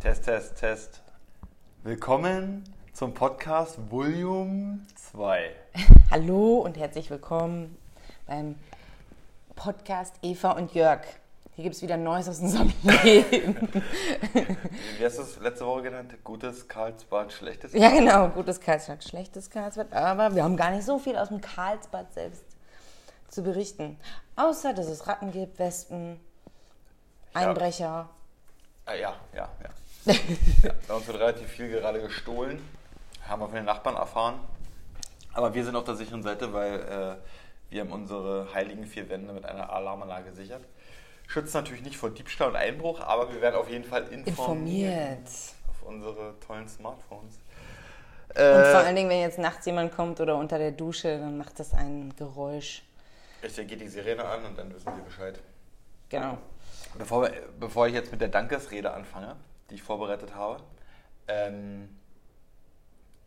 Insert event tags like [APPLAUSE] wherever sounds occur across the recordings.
Test, Test, Test. Willkommen zum Podcast Volume 2. [LAUGHS] Hallo und herzlich willkommen beim Podcast Eva und Jörg. Hier gibt es wieder Neues aus unserem [LAUGHS] Leben. Wie hast du es letzte Woche genannt? Gutes Karlsbad, schlechtes? ja, genau. Gutes Karlsbad, schlechtes Karlsbad. Aber wir haben gar nicht so viel aus dem Karlsbad selbst zu berichten. Außer, dass es Ratten gibt, Wespen, Einbrecher. Ah, ja, ja, ja. ja. Bei uns wird relativ viel gerade gestohlen. Haben wir von den Nachbarn erfahren. Aber wir sind auf der sicheren Seite, weil äh, wir haben unsere heiligen vier Wände mit einer Alarmanlage gesichert. Schützt natürlich nicht vor Diebstahl und Einbruch, aber wir werden auf jeden Fall informiert. Informiert. Auf unsere tollen Smartphones. Und Äh, vor allen Dingen, wenn jetzt nachts jemand kommt oder unter der Dusche, dann macht das ein Geräusch. Richtig, geht die Sirene an und dann wissen wir Bescheid. Genau. Bevor, wir- bevor ich jetzt mit der Dankesrede anfange, die ich vorbereitet habe, ähm,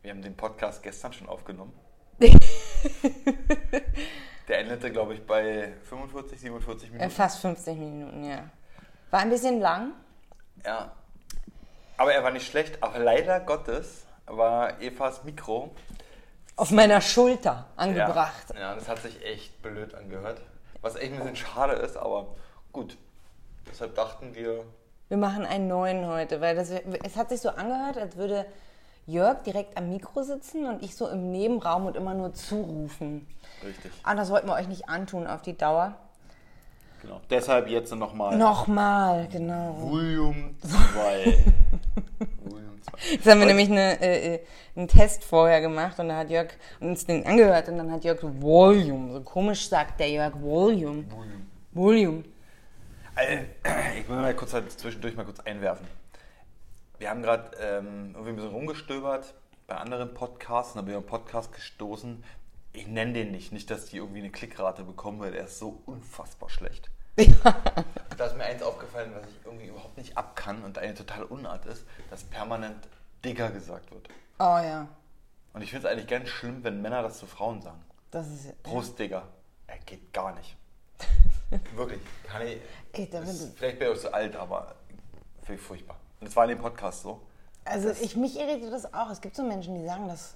wir haben den Podcast gestern schon aufgenommen. der endete, glaube ich, bei 45, 47 Äh, Minuten. Fast 50 Minuten, ja. War ein bisschen lang. Ja. Aber er war nicht schlecht, aber leider Gottes war Evas Mikro auf meiner Schulter angebracht. Ja, ja, das hat sich echt blöd angehört. Was echt ein bisschen schade ist, aber gut. Deshalb dachten wir, Wir machen einen neuen heute, weil das, es hat sich so angehört, als würde Jörg direkt am Mikro sitzen und ich so im Nebenraum und immer nur zurufen. richtig. Ah, das wollten wir euch nicht antun auf die Dauer. Genau. Deshalb jetzt nochmal. Nochmal, genau. Volume 2. Volume 2. Jetzt haben wir nämlich eine, äh, äh, einen Test vorher gemacht und da hat Jörg uns den angehört und dann hat Jörg so Volume, so komisch sagt der Jörg Volume. Volume. Volume. Also, ich will mal kurz halt zwischendurch mal kurz einwerfen. Wir haben gerade ähm, irgendwie ein bisschen rumgestöbert bei anderen Podcasts und haben wir einen Podcast gestoßen. Ich nenne den nicht, nicht, dass die irgendwie eine Klickrate bekommen, weil der ist so unfassbar schlecht. Da ist mir eins aufgefallen, was ich irgendwie überhaupt nicht ab kann und eine totale Unart ist, dass permanent Digger gesagt wird. Oh ja, Und ich finde es eigentlich ganz schlimm, wenn Männer das zu Frauen sagen. das ist Prost, Digga. Er geht gar [LAUGHS] nicht. Wirklich. Kann ich, Ey, da ist, wird- vielleicht bin ich auch zu alt, aber finde ich furchtbar. Und das war in dem Podcast so. Also ich, mich irritiert das auch. Es gibt so Menschen, die sagen, dass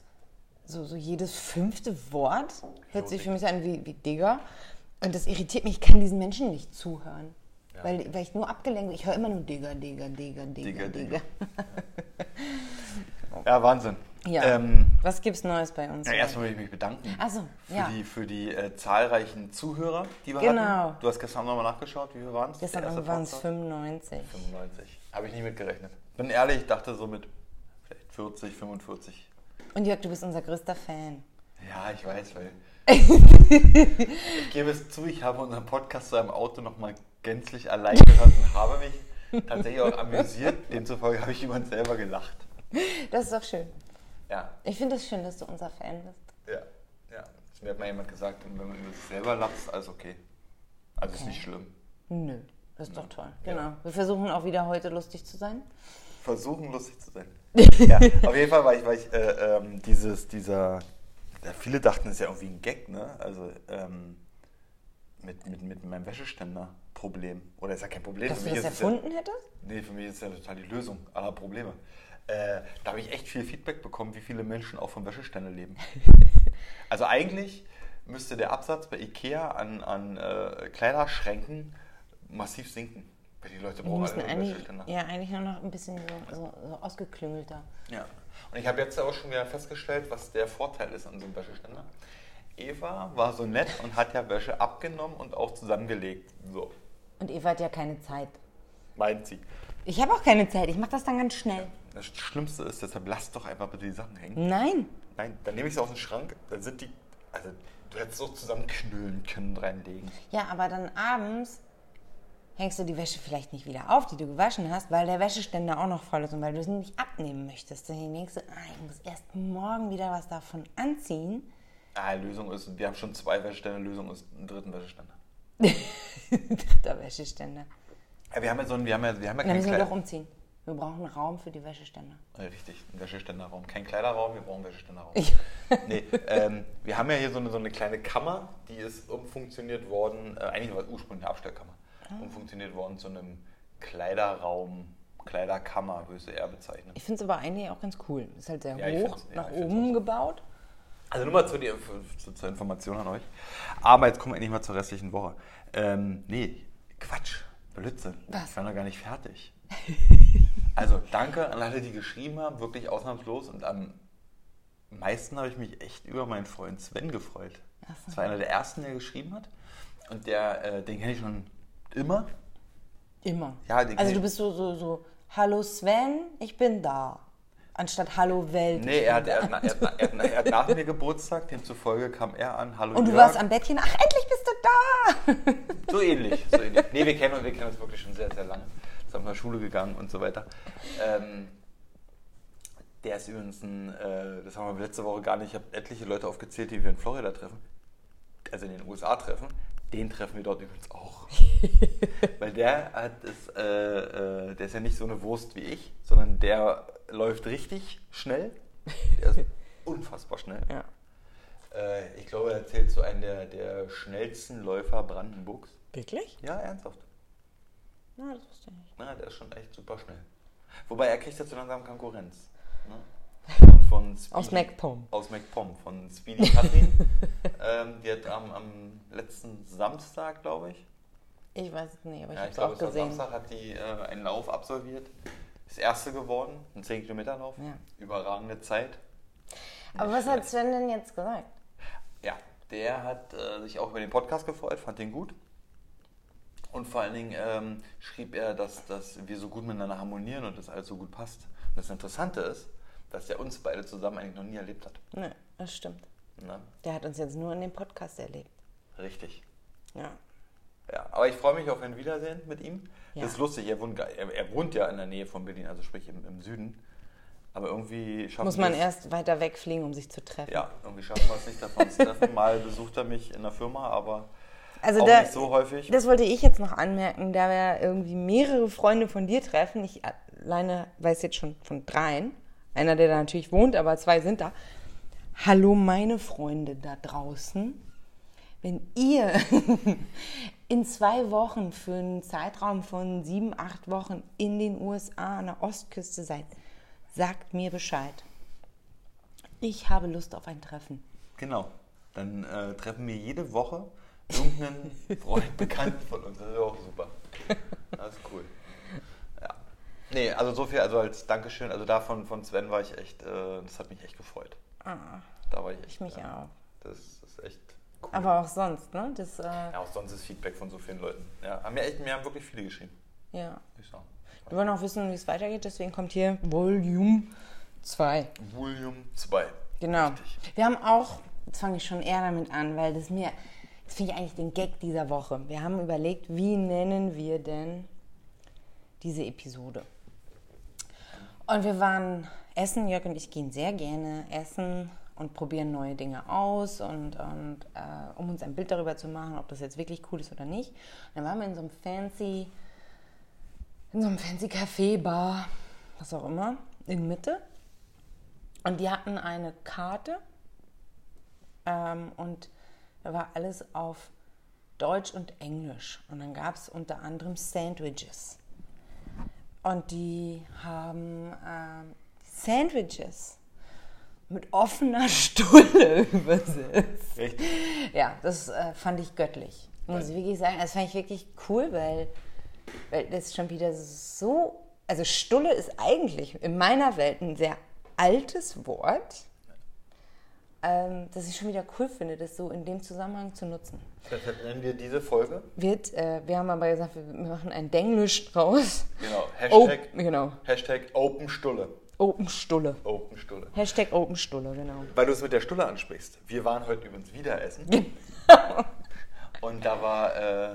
so, so jedes fünfte Wort hört sich für mich an wie, wie Digger. Und das irritiert mich. Ich kann diesen Menschen nicht zuhören. Ja. Weil, weil ich nur abgelenkt bin. Ich höre immer nur Digger, Digger, Digger, Digger, Digger, Digger. Ja, Wahnsinn. Ja. Ähm, Was gibt's Neues bei uns? ja, erstmal will ich mich bedanken Ach so, für ja. die, für die äh, zahlreichen Zuhörer, die wir Genau. hatten. Du hast gestern nochmal nachgeschaut, wie viele waren es? Gestern Der erste Abend waren es Podcast? 95. 95. Habe ich nicht mitgerechnet. Bin ehrlich, ich dachte so mit vielleicht 40, 45. Und Jörg, du bist unser größter Fan. Ja, ich weiß, weil. ich gebe es zu, ich habe unseren Podcast zu einem Auto nochmal gänzlich allein gehört und habe mich tatsächlich auch amüsiert. Demzufolge habe ich jemand selber gelacht. Das ist doch schön. Ja, Ich finde es das schön, dass du unser Fan bist. ja, ja. Das mir hat mal jemand gesagt, und wenn man über sich selber lacht, ist alles okay. Also ist nicht schlimm. Nö, das ist doch toll. Ja. Genau. Wir versuchen auch wieder heute lustig zu sein. Versuchen, lustig [LAUGHS] zu sein. ja, auf jeden Fall war ich, war ich äh, ähm, dieses, dieser. Ja, viele dachten, es ist ja irgendwie ein Gag, ne? Also, ähm, mit, mit, mit meinem Wäscheständer-Problem. Oder ist ja kein Problem. Dass für du mich das ist es ja- erfunden hättest? Nee, für mich ist ja total die Lösung aller Probleme. Äh, da habe ich echt viel Feedback bekommen, wie viele Menschen auch vom Wäscheständer [LAUGHS] leben. also eigentlich müsste der Absatz bei Ikea an, an äh, Kleiderschränken massiv sinken. Weil die Leute Die brauchen müssen alle einen eigentlich, Wäscheständer. ja, eigentlich nur noch ein bisschen so, so, so ausgeklüngelter. Ja. Und ich habe jetzt aber schon wieder festgestellt, was der Vorteil ist an so einem Wäscheständer. Eva war so nett und hat ja Wäsche abgenommen und auch zusammengelegt. So, Und Eva hat ja keine Zeit. meint sie. Ich habe auch keine Zeit, ich mache das dann ganz schnell. Das Schlimmste ist, deshalb lasst doch einfach bitte die Sachen hängen. Nein, Nein, dann nehme ich sie aus dem Schrank, dann sind die. Also, du hättest so zusammenknüllen können, reinlegen. ja, aber dann abends hängst du die Wäsche vielleicht nicht wieder auf, die du gewaschen hast, weil der Wäscheständer auch noch voll ist und weil du es nicht abnehmen möchtest. Dann denkst du, ah, ich muss erst morgen wieder was davon anziehen. [LAUGHS] Ah, Lösung ist, wir haben schon zwei Wäscheständer, Lösung ist einen dritten Wäscheständer. Dritter Wäscheständer. Ja, wir haben ja so einen, wir haben ja, wir haben ja Dann keinen müssen wir doch Kleider. umziehen. Wir brauchen einen Raum für [LAUGHS] die Wäscheständer. Äh, Richtig, einen Wäscheständerraum. Kein Kleiderraum, wir brauchen einen Wäscheständerraum. Ich- [LAUGHS] nee, ähm, wir haben ja hier so eine, so eine kleine Kammer, die ist umfunktioniert worden, äh, eigentlich war es ursprünglich eine Abstellkammer, umfunktioniert worden zu einem Kleiderraum, Kleiderkammer, würde ich sie eher bezeichnen. Ich finde es aber eigentlich auch ganz cool. Ist halt sehr Ja, ich hoch, find's- ja, nach ich find's oben gebaut. Also nur mal zu dir, zu, zur Information an euch. Aber jetzt kommen wir endlich mal zur restlichen Woche. Ähm, nee, Quatsch, Blödsinn. Was? Ich war noch gar nicht [LAUGHS] fertig. also danke an alle, die geschrieben haben, wirklich ausnahmslos. Und am meisten habe ich mich echt über meinen Freund Sven gefreut. Ach so. Das war einer der ersten, der geschrieben hat. Und der, äh, den kenne ich schon immer. Immer. Ja, die- also du bist so, so, so, hallo Sven, ich bin da. Anstatt hallo Welt. Nee, er hat, er, hat, na- er, hat, na- er, hat, na- er hat nach mir Geburtstag, demzufolge kam er an. Hallo Und du Jörg. warst am Bettchen, ach endlich [LAUGHS] bist du da. So ähnlich, so ähnlich. Nee, wir kennen uns, wir kennen uns wirklich schon sehr, sehr lange. Zusammen zur Schule gegangen und so weiter. Ähm, der ist übrigens ein, äh, das haben wir letzte Woche gar nicht, ich habe etliche Leute aufgezählt, die wir in Florida treffen, also in den USA treffen. Den treffen wir dort übrigens auch. Weil der hat es, äh, äh, der ist ja nicht so eine Wurst wie ich, sondern der läuft richtig schnell. Der ist unfassbar schnell. Ja. Äh, ich glaube, er zählt zu einem der, der schnellsten Läufer Brandenburgs. Wirklich? Ja, ernsthaft. Na, das wusste ich nicht. Na, der ist schon echt super schnell. Wobei er kriegt ja zu langsam Konkurrenz. Ne? [LAUGHS] Und von Speedy, Aus MacPom. Aus MacPom, von Speedy [LAUGHS] Katrin. ähm, die hat am, am letzten Samstag, glaube ich, Ich weiß es nicht, aber ich ja, ich habe es glaube, auch es war gesehen. Samstag, hat die äh, einen Lauf absolviert. Ist Erste geworden, einen 10-Kilometer-Lauf. Ja. Überragende Zeit. Aber was hat Sven denn jetzt gesagt? Ja, der hat äh, sich auch über den Podcast gefreut, fand den gut. Und vor allen Dingen ähm, schrieb er, dass, dass wir so gut miteinander harmonieren und das alles so gut passt. Und das Interessante ist, dass er uns beide zusammen eigentlich noch nie erlebt hat. Ne, das stimmt. Ne? Der hat uns jetzt nur in dem Podcast erlebt. Richtig. Ja. Ja, aber ich freue mich auf ein Wiedersehen mit ihm. Ja. Das ist lustig, er wohnt, gar- er, er wohnt ja in der Nähe von Berlin, also sprich im, im Süden. Aber irgendwie schaffen Muss man wir es- erst weiter wegfliegen, um sich zu treffen. Ja, irgendwie schaffen wir es nicht davon zu [LAUGHS] treffen. Mal besucht er mich in der Firma, aber Also auch da, nicht so häufig. Das wollte ich jetzt noch anmerken, da wir irgendwie mehrere Freunde von dir treffen. Ich alleine weiß jetzt schon von dreien. Einer, der da natürlich wohnt, aber zwei sind da. Hallo, meine Freunde da draußen. Wenn ihr [LAUGHS] in zwei Wochen für einen Zeitraum von sieben, acht Wochen in den USA an der Ostküste seid, sagt mir Bescheid. Ich habe Lust auf ein Treffen. Genau. Dann äh, treffen wir jede Woche irgendeinen [LAUGHS] Freund, Bekannten von uns. Das ist auch super. Das ist cool. Ja. Nee, also so viel, also als Dankeschön. Also davon von Sven war ich echt, äh, das hat mich echt gefreut. Ah, Da war ich echt. ich mich ja. auch. Das ist echt cool. Aber auch sonst, ne? Das, äh, ja, auch sonst ist Feedback von so vielen Leuten. Ja, haben mir echt, mir haben wirklich viele geschrieben. ja. muss Ich sagen. Wir wollen auch wissen, wie es weitergeht, deswegen kommt hier Volume 2. Volume 2. Genau. Richtig. Wir haben auch, jetzt fange ich schon eher damit an, weil das mir, das finde ich eigentlich den Gag dieser Woche. Wir haben überlegt, wie nennen wir denn diese Episode? Und wir waren essen, Jörg und ich gehen sehr gerne essen und probieren neue Dinge aus und, und äh, um uns ein Bild darüber zu machen, ob das jetzt wirklich cool ist oder nicht. Und dann waren wir in so einem fancy, in so einem fancy Café, Bar, was auch immer, in Mitte. Und die hatten eine Karte ähm, und da war alles auf Deutsch und Englisch. Und dann gab es unter anderem Sandwiches. Und die haben ähm, Sandwiches mit offener [LAUGHS] Stulle übersetzt. Echt? Ja, das äh, fand ich göttlich. Muss ich wirklich sagen. Das fand ich wirklich cool, weil, weil das schon wieder so. Also, Stulle ist eigentlich in meiner Welt ein sehr altes Wort, ähm, dass ich schon wieder cool finde, das so in dem Zusammenhang zu nutzen. Deshalb nennen wir diese Folge. Wird, äh, wir haben aber gesagt, wir machen ein Denglisch draus. Genau. Oh, Hashtag, genau. Hashtag Open Stulle. Open Stulle. Open Stulle. Hashtag Open Stulle, genau. Weil du es mit der Stulle ansprichst. Wir waren heute übrigens wieder essen. Und da war, äh,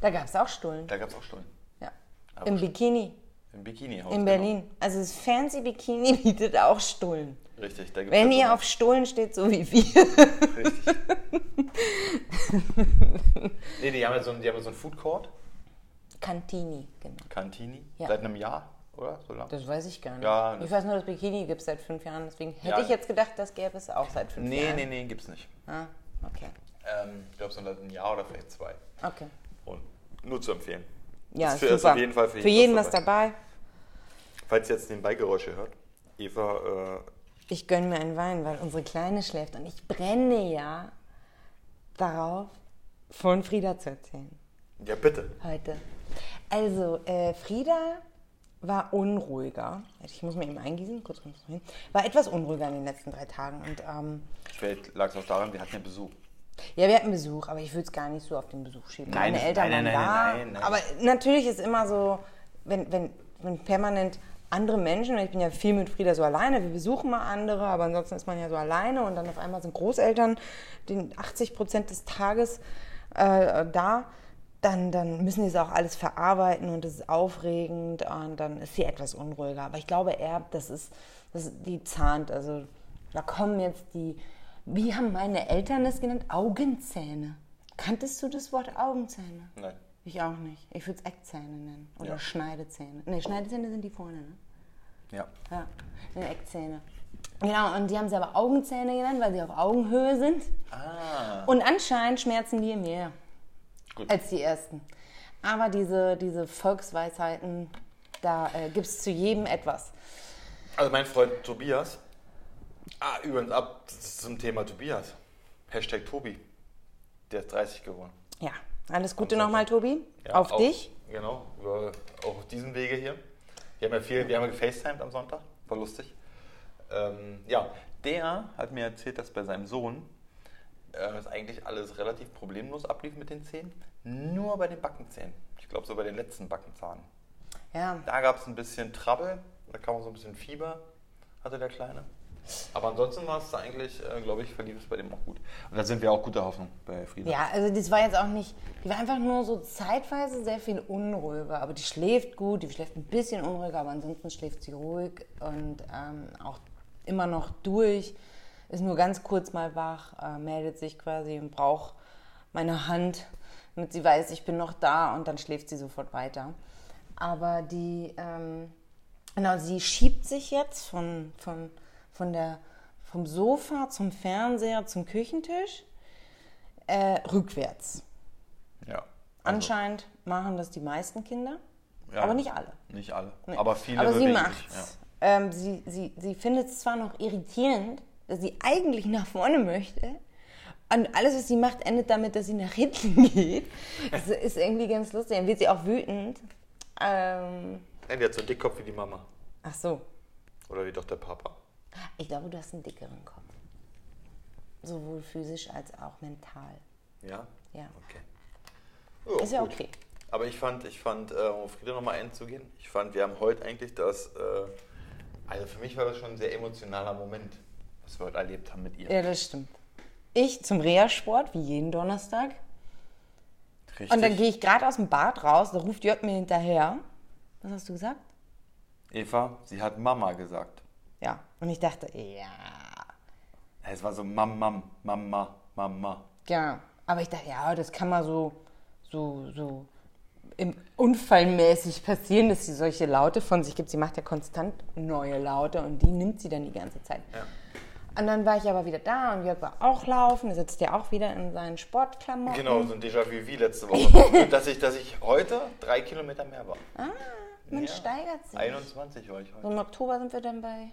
Da gab es auch Stullen. da gab es auch Stullen. Ja. Aber Im Bikini. Im genau. Bikini-Haus. In Berlin. Also das Fancy Bikini [LAUGHS] bietet auch Stullen. Genau. Richtig, da gibt's Wenn ja so ihr eine- auf Stullen steht, so wie wir. [LAUGHS] Richtig. nee, die haben ja so, einen- die haben ja so einen Food Court, Cantini, genau. Cantini, Ja. seit einem Jahr, oder? So lang. Das weiß ich gar nicht. Ja, das- ich weiß nur, das Bikini gibt es seit fünf Jahren. Deswegen hätte Ja. ich jetzt gedacht, das gäbe es auch seit fünf Nee, Jahren. nee, nee, gibt's nicht. Ah, okay. Ähm, ich glaube, so seit einem Jahr oder vielleicht zwei. Okay. Und nur zu empfehlen. Ja, Ist für- ist super. auf jeden Fall für jeden jeden was was dabei. Falls ihr jetzt den Beigeräusche hört, Eva, äh, Ich gönne mir einen Wein, weil unsere Kleine schläft und ich brenne ja darauf, von Frieda zu erzählen. äh, ja bitte. heute. Also, äh, Frieda war unruhiger. Ich muss mir eben eingießen, kurz kurz hin. War etwas unruhiger in den letzten drei Tagen. Und ähm, Vielleicht lag es auch daran, wir hatten ja Besuch. ja, wir hatten Besuch, aber ich würde es gar nicht so auf den Besuch schieben. Nein, Meine das- Eltern nein, nein, waren da. nein, nein, nein. Aber natürlich ist immer so, wenn, wenn, wenn permanent andere Menschen, ich bin ja viel mit Frieda so alleine, wir besuchen mal andere, aber ansonsten ist man ja so alleine und dann auf einmal sind Großeltern den 80 Prozent des Tages äh, da, dann, dann müssen die es auch alles verarbeiten und es ist aufregend und dann ist sie etwas unruhiger. Aber ich glaube, er, das ist, das ist die zahnt, also da kommen jetzt die, wie haben meine Eltern es genannt? Augenzähne. Kanntest du das Wort Augenzähne? Nein. Ich auch nicht. Ich würde es Eckzähne nennen. Oder Ja. Schneidezähne. Ne, Schneidezähne sind die vorne, ne? Ja. Ja, ne, Eckzähne. Genau, und die haben sie aber Augenzähne genannt, weil sie auf Augenhöhe sind. Ah. Und anscheinend schmerzen die mehr Gut. als die ersten. Aber diese, diese Volksweisheiten, da äh, gibt es zu jedem etwas. Also mein Freund Tobias. Ah, übrigens ab zum Thema Tobias. Hashtag Tobi. Der ist 30 geworden. Ja, alles Gute nochmal, Tobi. Ja, auf auch- dich. Genau, über, auch auf diesen Wege hier. Wir haben ja viel, wir haben ja gefacetimed am Sonntag, war lustig. Ähm, ja, der hat mir erzählt, dass bei seinem Sohn äh, das eigentlich alles relativ problemlos ablief mit den Zähnen, nur bei den Backenzähnen. Ich glaube, so bei den letzten Backenzahn. Ja, Da gab es ein bisschen Trouble, da kam auch so ein bisschen Fieber, hatte der Kleine. Aber ansonsten war es da eigentlich, äh, glaube ich, verlief es bei dem auch gut. Und da sind wir auch guter Hoffnung bei Frieda. Ja, also das war jetzt auch nicht, die war einfach nur so zeitweise sehr viel unruhiger, aber die schläft gut, die schläft ein bisschen unruhiger, aber ansonsten schläft sie ruhig und ähm, auch immer noch durch, ist nur ganz kurz mal wach, äh, meldet sich quasi und braucht meine Hand, damit sie weiß, ich bin noch da und dann schläft sie sofort weiter. Aber die, ähm, genau, sie schiebt sich jetzt von, von, von der, vom Sofa zum Fernseher zum Küchentisch äh, rückwärts. Ja. Anscheinend machen das die meisten Kinder, Also Ja. aber nicht alle. Nicht alle. Aber viele aber sie bewegen macht's. sich. Ja. Ähm, sie sie, sie findet es zwar noch irritierend, dass sie eigentlich nach vorne möchte. Und alles, was sie macht, endet damit, dass sie nach hinten [LAUGHS] geht. Das ist irgendwie ganz lustig. Dann wird sie auch wütend. Ähm, Nein, die hat so einen Dickkopf wie die Mama. ach so, Oder wie doch der Papa. ich glaube, du hast einen dickeren Kopf. Sowohl physisch als auch mental. Ja? Ja. Okay. Ja, Ist ja gut. okay. Aber ich fand, ich fand, äh, um auf Frieda nochmal einzugehen, ich fand, wir haben heute eigentlich das, äh, also für mich war das schon ein sehr emotionaler Moment, was wir heute erlebt haben mit ihr. Ja, das stimmt. Ich zum Reha-Sport, wie jeden Donnerstag. Richtig. Und dann gehe ich gerade aus dem Bad raus, da ruft Jörg mir hinterher. Was hast du gesagt? Eva, sie hat Mama gesagt. Ja. Und ich dachte, ja, Es war so Mam, Mam, Mama, Mama. ja. genau. Aber ich dachte, ja, das kann mal so, so, so im unfallmäßig passieren, dass sie solche Laute von sich gibt. Sie macht ja konstant neue Laute und die nimmt sie dann die ganze Zeit. Und dann war ich aber wieder da und Jörg war auch laufen. Er sitzt ja auch wieder in seinen Sportklamotten. Genau, so ein Déjà-vu wie letzte [LAUGHS] Woche. dass, ich, dass ich heute drei Kilometer mehr war. Man Ja. steigert sich. 21 war ich heute. So Im Oktober sind wir dann bei,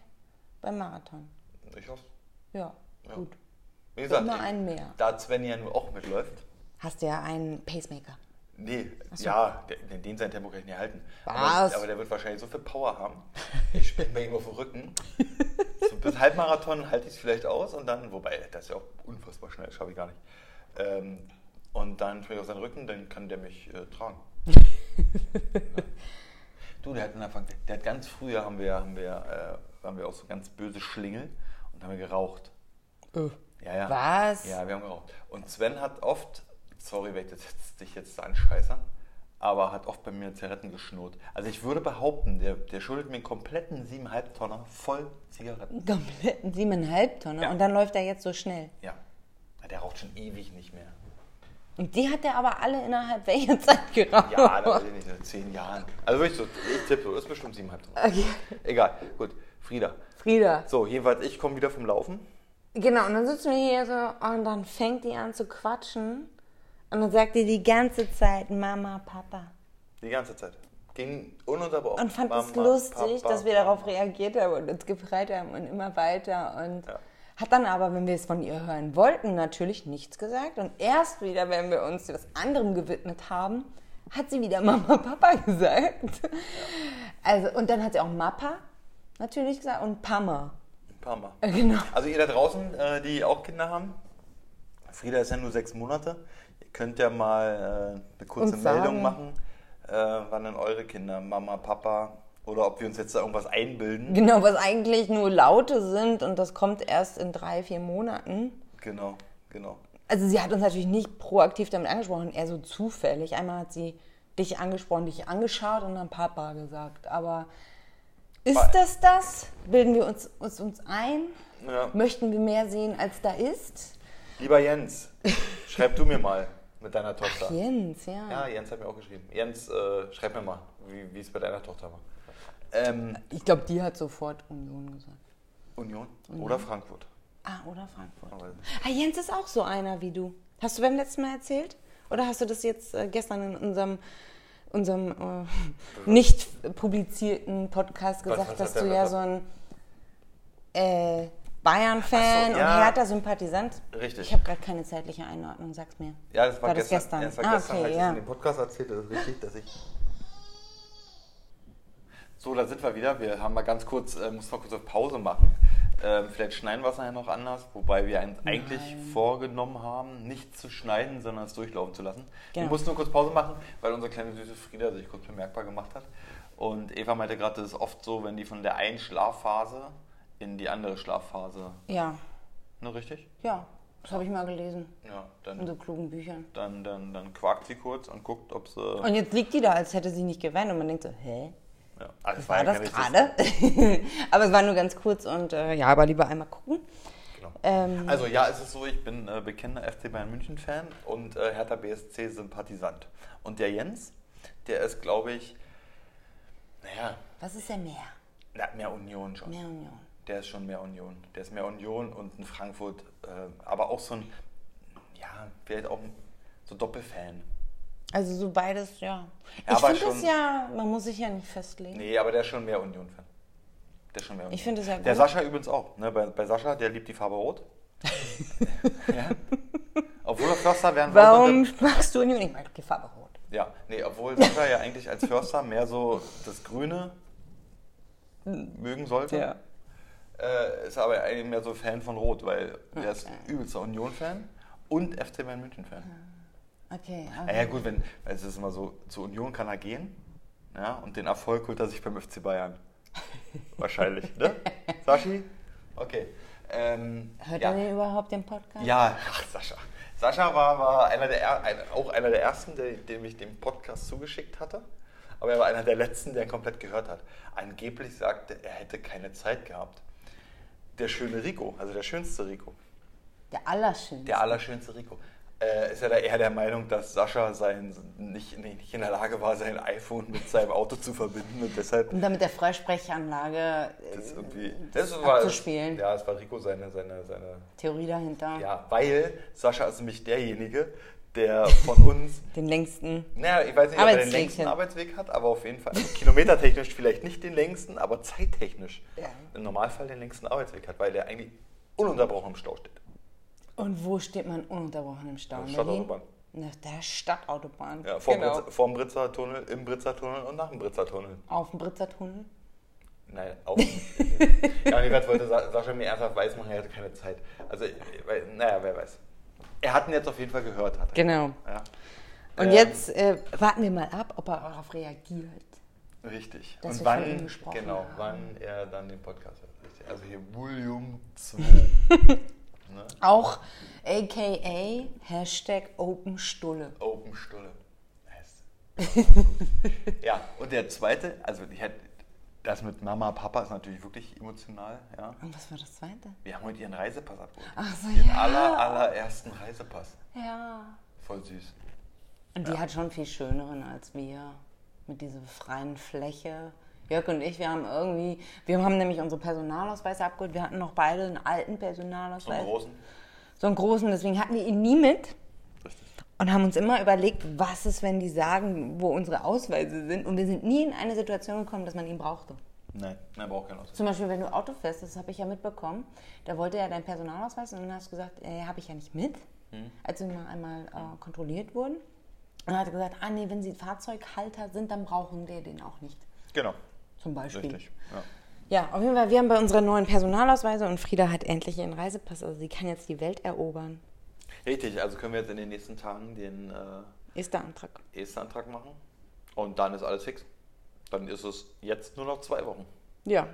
beim Marathon. Ich hoffe. Ja, gut. Wie gesagt, Immer ich- einen mehr. da Sven ja nur auch mitläuft, Hast du ja einen Pacemaker. Nee, ja, der, den- den sein Tempo kann ich nicht halten. Was? Aber, aber der wird wahrscheinlich so viel Power haben. Ich springe bei ihm auf den [LAUGHS] Rücken. So, bis Halbmarathon halte ich es vielleicht aus und dann, wobei, das ist ja auch unfassbar schnell, schaffe ich gar nicht. Ähm, und dann springe ich auf seinen Rücken, dann kann der mich äh, tragen. [LAUGHS] Du, der hat am Anfang, der hat ganz früher haben wir, haben wir, äh, haben wir auch so ganz böse Schlingel und haben wir geraucht. Ja, ja. Was? Ja, wir haben geraucht. Und Sven hat oft, sorry, wenn ich das jetzt, dich jetzt anscheiße, aber hat oft bei mir Zigaretten geschnurrt. Also ich würde behaupten, der, der schuldet mir einen kompletten 7,5 Tonner voll Zigaretten. Einen kompletten siebeneinhalb Tonne. Ja. Und dann läuft er jetzt so schnell. Ja. Der raucht schon ewig nicht mehr. Und die hat er aber alle innerhalb welcher [LAUGHS] Zeit geraucht. [LAUGHS] Ja, da weiß ich nicht, seit zehn Jahren. Also wirklich so, ich tippe, so, ist bestimmt 7,5 Tonner. Okay. Egal, gut. Frieda. Frieda. So, jedenfalls, ich komme wieder vom Laufen. Genau, und dann sitzen wir hier so und dann fängt die an zu quatschen. Und dann sagt die die ganze Zeit Mama, Papa. Die ganze Zeit. Ging ununterbrochen. Und fand Bam, es bam, lustig, pa, pa, dass wir pa. darauf reagiert haben und uns gefreut haben und immer weiter. Und Ja. hat dann aber, wenn wir es von ihr hören wollten, natürlich nichts gesagt. Und erst wieder, wenn wir uns was anderem gewidmet haben, hat sie wieder [LAUGHS] Mama, Papa gesagt. Also, und dann hat sie auch Mappa natürlich gesagt und Pama. Ein paar Mal. Äh, Genau. Also ihr da draußen, äh, die auch Kinder haben, Frieda ist ja nur sechs Monate. Ihr könnt ja mal äh, eine kurze Uns Meldung sagen. machen, äh, wann denn eure Kinder, Mama, Papa oder ob wir uns jetzt da irgendwas einbilden. Genau, was eigentlich nur Laute sind und das kommt erst in drei, vier Monaten. Genau, genau. Also sie hat uns natürlich nicht proaktiv damit angesprochen, eher so zufällig. Einmal hat sie dich angesprochen, dich angeschaut und dann Papa gesagt. Aber ist Weil- das das? Bilden wir uns, uns, uns ein? Ja. Möchten wir mehr sehen, als da ist? Lieber Jens, schreib du mir mal mit deiner Tochter. Jens, ja. Ja, Jens hat mir auch geschrieben. Jens, äh, schreib mir mal, wie wie es bei deiner Tochter war. Ähm, Ich glaube, die hat sofort Union gesagt. Union oder Frankfurt? Ah, oder Frankfurt. Aber- Ah, Jens ist auch so einer wie du. Hast du beim letzten Mal erzählt? Oder hast du das jetzt äh, gestern in unserem, unserem äh, nicht publizierten Podcast Was- gesagt, was dass hat der- du ja was so ein äh, Bayern-Fan Ach so, ja. und Hertha-Sympathisant? Richtig. Ich habe gerade keine zeitliche Einordnung, sag's mir. Ja, das war, War das gestern. gestern? Ja, das war gestern, Ah, okay, als ich ja. es in dem Podcast erzählte, das ist richtig, dass ich. So, da sind wir wieder. Wir haben mal ganz kurz, äh, mussten mal kurz auf Pause machen. Ähm, vielleicht schneiden wir es nachher noch anders, wobei wir uns eigentlich vorgenommen haben, nicht zu schneiden, sondern es durchlaufen zu lassen. Wir Genau. mussten nur kurz Pause machen, weil unsere kleine süße Frieda sich kurz bemerkbar gemacht hat. Und Eva meinte gerade, das ist oft so, wenn die von der einen Schlafphase in die andere Schlafphase. Ja, Ne, richtig? ja, das habe ich mal gelesen Ja, in dann, so klugen Büchern. dann, dann, dann quakt sie kurz und guckt, ob sie. Und jetzt liegt die da, als hätte sie nicht gewählt und man denkt so, hä? Ja. Also es War ja das kein richtiges- gerade? [LAUGHS] aber es war nur ganz kurz und äh, ja, aber lieber einmal gucken. Genau. Ähm, Also ja, es ist so, ich bin äh, bekennender FC Bayern München Fan und äh, Hertha BSC Sympathisant. Und der Jens, der ist, glaube ich, naja, was ist denn mehr? na, mehr Union schon. Mehr Union. Der ist schon mehr Union. Der ist mehr Union und ein Frankfurt, äh, aber auch so ein, ja, vielleicht auch ein, so Doppelfan. Also so beides, ja. Ja, ich aber finde das schon- ja, man muss sich ja nicht festlegen. Nee, aber der ist schon mehr Union-Fan. Der ist schon mehr Union. finde es ja Der gut. Sascha übrigens auch. Ne? Bei, bei Sascha, der liebt die Farbe Rot. [LAUGHS] ja. Obwohl er Förster werden wollte, Warum magst du Union? Ich meine, okay, Farbe rot. Ja, nee, obwohl Sascha ja eigentlich als Förster mehr so das Grüne mögen sollte, äh, ist er aber eigentlich mehr so Fan von Rot, weil er ist übelster Union-Fan und FC Bayern München-Fan. Okay, Ja. aber ja gut, wenn, also es ist immer so, zur Union kann er gehen ja, und den Erfolg holt er sich beim FC Bayern. Wahrscheinlich, ne? Saschi? Okay. Ähm, [LAUGHS] hört ja. er denn überhaupt den Podcast? Ja, ach, Sascha. Sascha war, war einer der, er- ein, auch einer der ersten, der, dem ich den Podcast zugeschickt hatte. Aber er war einer der letzten, der ihn komplett gehört hat. Angeblich sagte er, hätte keine Zeit gehabt. Der schöne Rico, also der schönste Rico, Der Allerschönste. der allerschönste Rico, äh, ist ja da eher der Meinung, dass Sascha sein, nicht, nicht in der Lage war, sein iPhone mit seinem Auto zu verbinden und deshalb Und damit der Freisprechanlage, äh, das irgendwie. Das abzuspielen. Ja, es war Rico seine, seine, seine Theorie dahinter, Ja, weil Sascha ist nämlich derjenige, der von uns, den längsten. naja, ich weiß nicht, ob er den Arbeitsweg längsten hin. Arbeitsweg hat, aber auf jeden Fall, also kilometertechnisch vielleicht nicht den längsten, aber zeittechnisch Ja. im Normalfall den längsten Arbeitsweg hat, weil der eigentlich ununterbrochen im Stau steht. Und wo steht man ununterbrochen im Stau? Auf In Stadtautobahn. Berlin? Nach der Stadtautobahn. Ja, vor, genau. dem Britzer, vor dem Britzer Tunnel, im Britzer Tunnel und nach dem Britzer Tunnel. Auf dem Britzertunnel. Nein, auch [LAUGHS] Ja, und jedenfalls wollte Sa- Sascha mir ernsthaft weismachen, er hatte keine Zeit. Also, weil- naja, wer weiß. Er hat ihn jetzt auf jeden Fall gehört. Hat er. Genau. Ja, Und Ähm. jetzt äh, warten wir mal ab, ob er darauf reagiert. Richtig. und Dass wir wann, von ihm gesprochen genau, haben. wann er dann den Podcast hört. Richtig. Also hier Volume 2. [LAUGHS] ne? Auch aka Hashtag Open Stulle. Open Stulle. [LAUGHS] Yes. ja, und der zweite, also ich hätte, das mit Mama, Papa ist natürlich wirklich emotional. Ja. Und was war das zweite? Wir haben heute ihren Reisepass abgeholt. Ach so, ihren ja. aller, allerersten Reisepass. Ja. Voll süß. Und die hat schon viel schöneren als wir. Mit dieser freien Fläche. Jörg und ich, wir haben irgendwie, wir haben nämlich unsere Personalausweise abgeholt. Wir hatten noch beide einen alten So einen Personalausweis. großen. so einen großen, deswegen hatten wir ihn nie mit. Richtig. und haben uns immer überlegt, was ist, wenn die sagen, wo unsere Ausweise sind. Und wir sind nie in eine Situation gekommen, dass man ihn brauchte. Nein, nein, braucht keinen Ausweis. Zum Beispiel, wenn du Auto fährst, das habe ich ja mitbekommen, da wollte er deinen Personalausweis und dann hast du gesagt, äh, habe ich ja nicht mit, als wir mal einmal äh, kontrolliert wurden. Und dann hat er gesagt, ah nee, wenn sie Fahrzeughalter sind, dann brauchen wir den auch nicht. Genau, Zum Beispiel. richtig. Ja. Ja, auf jeden Fall, wir haben bei unserer neuen Personalausweise und Frieda hat endlich ihren Reisepass. Also sie kann jetzt die Welt erobern. Richtig, also können wir jetzt in den nächsten Tagen den äh, Ist der Antrag. Ehestantrag machen und dann ist alles fix. Dann ist es jetzt nur noch zwei Wochen. Ja,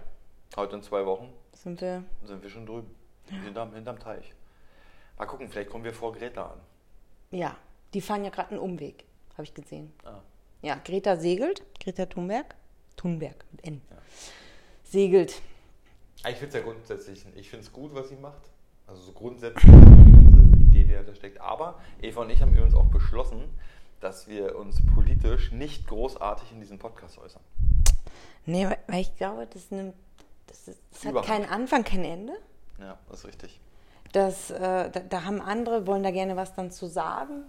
Heute in zwei Wochen sind wir. sind wir schon drüben, hinterm, hinterm Teich. Mal gucken, vielleicht kommen wir vor Greta an. Ja, die fahren ja gerade einen Umweg, habe ich gesehen. Ah, Ja, Greta segelt. Greta Thunberg. Thunberg mit N. Segelt. Ah, Ich finde es ja grundsätzlich, ich finde es gut, was sie macht. Also so grundsätzlich diese Idee, die dahinter steckt. Aber Eva und ich haben übrigens auch beschlossen, dass wir uns politisch nicht großartig in diesem Podcast äußern. Nee, weil weil ich glaube, das nimmt. Das, ist, das hat Überhand. keinen Anfang, kein Ende. Ja, das ist richtig. Das, äh, da, da haben andere, wollen da gerne was dann zu sagen.